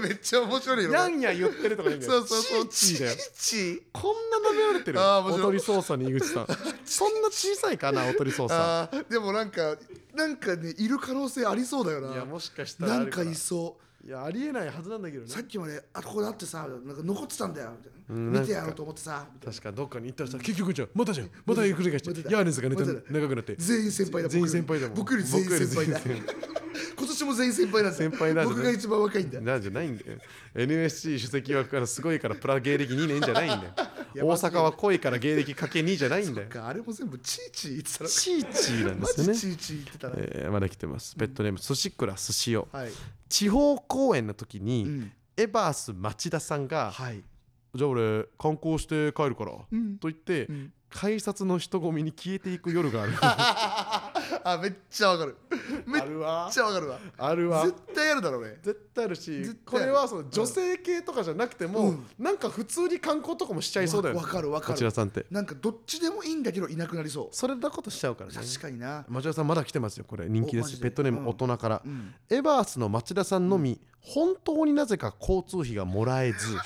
B: めっちゃ面白いよ
A: や
B: ね
A: んや言ってるとか言うんだよ
B: そうそうそう
A: チーチーだよ
B: チーチー
A: こんな舐められてる
B: あー面
A: お
B: 白い
A: とり捜査に井口さんそんな小さいかなおとり捜査
B: あーでもなんかなんかねいる可能性ありそうだよ
A: いや
B: な
A: もしかしたらあ
B: なん
A: るか
B: からいそう
A: いやありえないはずなんだけどね
B: さっきまであここだってさなんか残ってたんだよみたいな、
A: うんなんか
B: 見てやろうと思ってさみたいな
A: 確かどっかに行ったらさ結局じゃんまたじゃんまたゆっくり返し
B: ま
A: て
B: ただ
A: ヤーネンスがネタ
B: まただ
A: 長くなって
B: 全員先輩だ
A: 全員先輩だもん
B: 僕より全員先輩だ
A: 僕より全員先
B: 今年も全員先輩なんだ
A: 先輩なんだ
B: 僕が一番若いんだ
A: なんじゃないんだよ NSC 主席はからすごいからプラ芸歴2年じゃないん
B: *laughs*
A: だよ
B: や
A: 大
B: ばすぎ
A: 阪
B: る
A: は濃いから芸歴かけ2じゃないんだよ
B: なんかあれも全部チーチー言ってたら
A: チーチーなんで
B: マ
A: すよね
B: ジチーチー言ってたら、
A: えーまだ来てますペットネーム寿司倉寿司よ
B: はい、
A: 地方公演の時に、
B: うん
A: エバース町田さんが
B: はい、
A: 「じゃあ俺観光して帰るから」
B: うん
A: と言って、
B: ん
A: 改札の人混みに消えていく夜があ
B: *laughs*
A: る
B: あめっちゃわかるめっ
A: るわ
B: ちゃわかるわ
A: あるわ
B: 絶対やるだろうね
A: 絶対あるし
B: 絶対
A: これはその女性系とかじゃなくても、
B: うん
A: なんか普通に観光とかもしちゃいそうだよね
B: わわかるわか
A: 町田
B: る
A: さんって
B: なんかどっちでもいいんだけどいなくなりそう
A: それだことしちゃうからね
B: 確かにな
A: 町田さんまだ来てますよこれ人気で
B: おマ
A: す
B: ジで
A: ペットネー
B: う
A: ム
B: ん
A: 大人から、
B: うん
A: エバースの町田さんのみ、本当になぜか交通費がもらえ
B: *laughs*
A: ず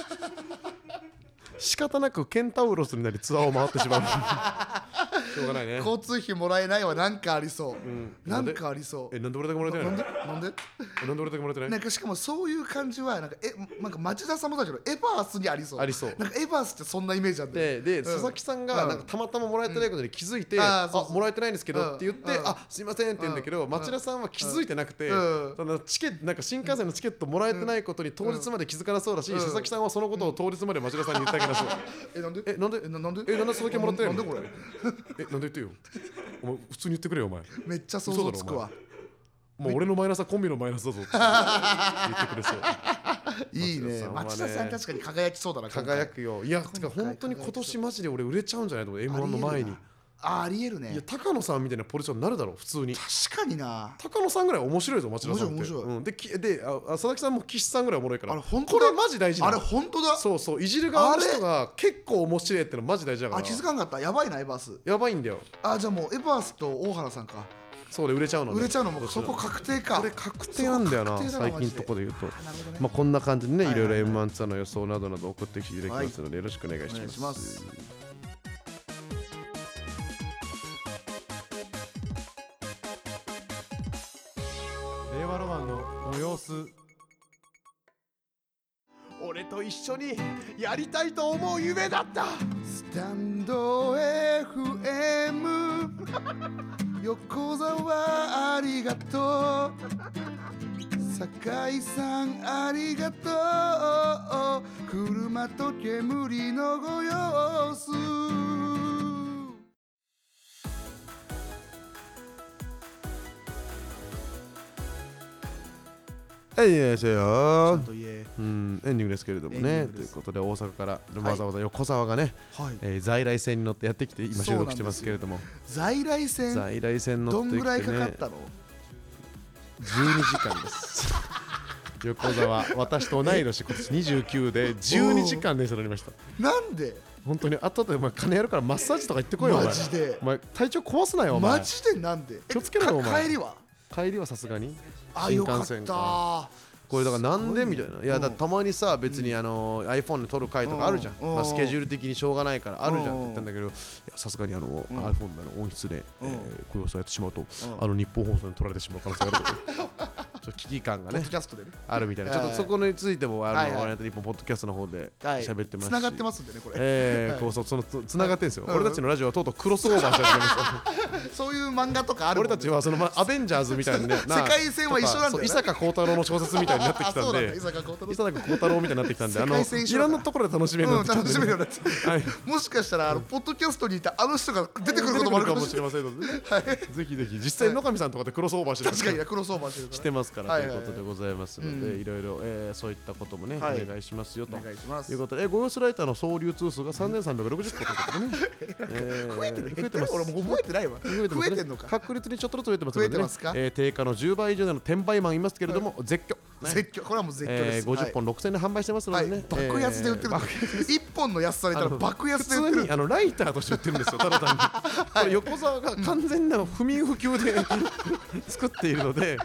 A: 仕方なくケンタウロスになりツアーを回って
B: *laughs*
A: しまうしょうがないね
B: 交通費もらえないはなんかありそう、
A: ん
B: なんかありそう
A: えなんで俺だけもらえてない
B: なん
A: の
B: でなんで
A: えなんで俺だけもらえてな
B: ないんかしかもそういう感じはなんかえなんか町田さんもだけどエバースにありそう
A: ありそう
B: なんかエバースってそんなイメージあって
A: でで、
B: ん
A: 佐々木さんが
B: うん
A: なんかたまたまもらえてないことに気づいて、
B: うんあ
A: あ
B: ーそうそう
A: もらえてないんですけど、
B: うん
A: って言って、
B: うん
A: あすいませんって言うんだけど、町田さんは気づいてなくて、
B: うん
A: そのチケなんか新幹線のチケットもらえてないことに当日まで気づかなそうだし、
B: ん
A: 佐々木さんはそのことを当日まで町田さんに言ってあげなそう。
B: えなんで
A: *laughs* えなんで
B: えななんで
A: えなんでその件もらってない
B: な
A: の
B: んでこれ
A: えなんで言ってよお前普通に言ってくれよお前
B: めっちゃ想像つくわ
A: もう俺のマイナスはコンビのマイナスだ *laughs* ぞって言ってくれそう
B: いいね
A: 町
B: 町
A: 田さ
B: 田さ
A: んはね
B: ん確かに輝きそうだな今回
A: 輝くよいやてか本当に今年マジで俺売れちゃうんじゃないと思う m 1の前に
B: あありえるない
A: や高野さんみたいなポジションになるだろう普通に
B: 確かにな
A: 高野さんぐらい面白いぞ町田さんって
B: 面白い面白い
A: うん、できでああ佐々木さんも岸さんぐらいおもろいから
B: あれ本
A: こ
B: 当だ
A: れマジ大事な
B: あ
A: の
B: れ本当だ
A: そうそういじる側の人が結構面白いってのマジ大事だから
B: あ気づかんかったやばいなエバース
A: やばいんだよ
B: あじゃあもうエバースと大原さんか
A: そうで売れちゃうのね
B: 売れちゃうのも
A: ど
B: う
A: っちだ
B: そこ確定か
A: これ確定なんだよな
B: そこ確定だ
A: 最
B: な
A: 近のとこで言うと、
B: マジでなるほどね
A: まあ、こんな感じでね、
B: はいいはい
A: ろい
B: はい
A: ろ m 1ツアーの予想などなど送ってきていただきますので、よろしくお願い
B: お
A: し
B: 願
A: ま
B: い
A: す
B: します
A: 令和ロマンの様子俺と一緒にやりたいと思う夢だった
B: スタンド FM
A: *laughs*
B: 横澤ありがとう酒井さんありがとう車と煙のご様子
A: はいよいしょよ
B: といえ
A: うんエンディングですけれども
B: エ
A: ね
B: ン
A: とい
B: ディングで
A: う
B: す
A: ことで大阪から
B: い
A: わざわざ横澤がね、
B: はい
A: えー在来線に乗ってやってきて今収録してますけれども
B: 在来線
A: 在来線乗
B: ど
A: っ
B: ん
A: てき
B: ぐらい
A: て
B: かか
A: ね
B: ったの
A: 12時間です横澤私と同い年今年29で12時間電車乗りました
B: なんで
A: 本当に後でお前金やるからマッサージとか行ってこいよお前
B: マジで
A: お前体調壊すなよお前
B: マジでなんでえ
A: 気をつけろよお
B: か
A: 前
B: 帰りは
A: 帰りはさすがに
B: あ
A: 新
B: よか
A: 幹
B: った
A: 線かこれだからなんでみたいないやだってたまにさ別にあの iPhone で撮る回とかあるじゃん
B: うん
A: まあスケジュール的にしょうがないからあるじゃんって
B: うん
A: 言ったんだけどいやさすがにあの
B: ん
A: iPhone のあの音質でえ
B: うん
A: ーこういう様子をやってしまうと
B: ん
A: あの日本放送に撮られてしまう可能性があると
B: *laughs*
A: ちょっと危機感が
B: ポッ
A: ね
B: ドキャストでね
A: あるみたいな、
B: はい
A: ちょっとそこについても、あの、
B: はいはい
A: ワイナイト日本ポッドキャストの方で
B: はい
A: 喋ってますし、
B: 繋がってますんでねこれ
A: ええ
B: はい
A: こうそうそのつつながってんですよ、
B: はい
A: 俺たちのラジオはとうとうクロスオーバーしちゃってま
B: *laughs* そういう漫画とかあ
A: す
B: るもん
A: 俺
B: ね
A: たちはその、ま、アベンジャーズみたいなねな
B: 世界線は一緒なん
A: とか
B: だよな
A: そう伊坂幸太郎の小説みたいになってき
B: あ
A: た
B: そ
A: ん
B: うなん
A: で
B: だ伊坂幸太郎
A: 伊坂幸太郎みたいになってきたんであ
B: 世
A: の
B: 界線一
A: い
B: 緒
A: ろ
B: なんだ
A: んなところで楽しめるよう
B: う
A: に
B: ん
A: なって
B: 楽
A: き
B: した
A: ん
B: み
A: で、
B: だなって
A: はい
B: もしかしたらあのポッドキャストにいたあの人が出てくることもあ
A: 出てくるか
B: るかも
A: も
B: し
A: し
B: れ
A: れ
B: ない
A: ませんので、ね、ぜひぜひ実際野上さんとかでクロスオーバーしてる
B: 確かにクロスオーバーしてるから
A: してますから、
B: はいはいはい
A: ということでございますので、いろいろ、えーそういったこともね、
B: はい
A: お願いしますよと
B: お願いします
A: ということで、えーゴーストライターの総流通数が3360個ということでね、えー
B: *laughs* 増えてる
A: 増えてます
B: 俺もう覚えてないわ増えてんのか
A: 確率にちょっとずつ増えてますので、ね
B: 増えてますか
A: えー定価の10倍以上での転売マンいますけれども、絶叫、ね
B: 絶叫これはもう絶叫で
A: えー
B: す
A: 50本6000円で販売してますの
B: は
A: で
B: いは
A: ね、
B: い爆安で売ってる
A: えー
B: 一本の安されたら
A: あの
B: 爆安で売
A: 普
B: って
A: 通
B: る
A: にあのライターとして売ってるんですよ、ただ単に。
B: *laughs*
A: *laughs* これ横澤が完全な不眠不休で作っているので、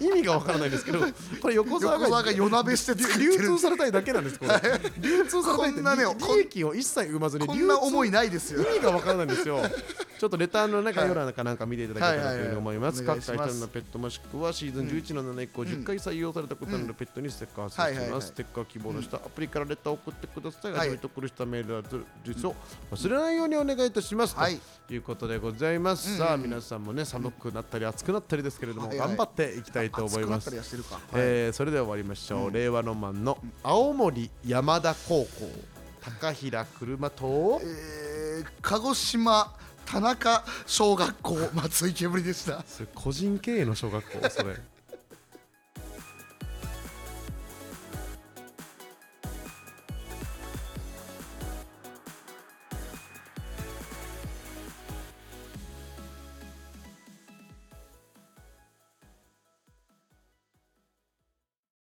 A: 意味がは分からないですけどこれ横
B: 横
A: 澤が
B: 澤が夜なべして作って
A: 流
B: る
A: 通されたいだけなんですこれ流通されたいって
B: *laughs* こんなね
A: 利利益を一切生まずに
B: こんな思
A: い
B: いないですよ
A: 意味が分からないんです
B: *laughs*
A: よちょっとレターの中
B: はい
A: よらかなんか見ていただけたら
B: はい
A: と
B: はいいうはい
A: ふうに思います
B: お願
A: 各
B: いし
A: 回
B: ます
A: タルのペットもしくはシーズン11の7以降10回採用されたことのあるペットにステッカーを発送
B: はい
A: し
B: はいは
A: ま
B: い
A: すステッカーを希望のしたアプリからレターを送ってください
B: は
A: はいいと苦したメールアドレスを忘れないようにお願いいたします
B: はい
A: ということでございます、さあ皆さんもね寒くなったり暑くなったりですけれども、
B: はいはい
A: 頑張っていきたいと思いま
B: 熱くなった
A: す
B: りはしてるか
A: えーそれでは終わりましょう、令和ロマンの青森山田高校高平車と
B: えー鹿児島田中小学校松井けぶりでした
A: それ個人経営の小学校それ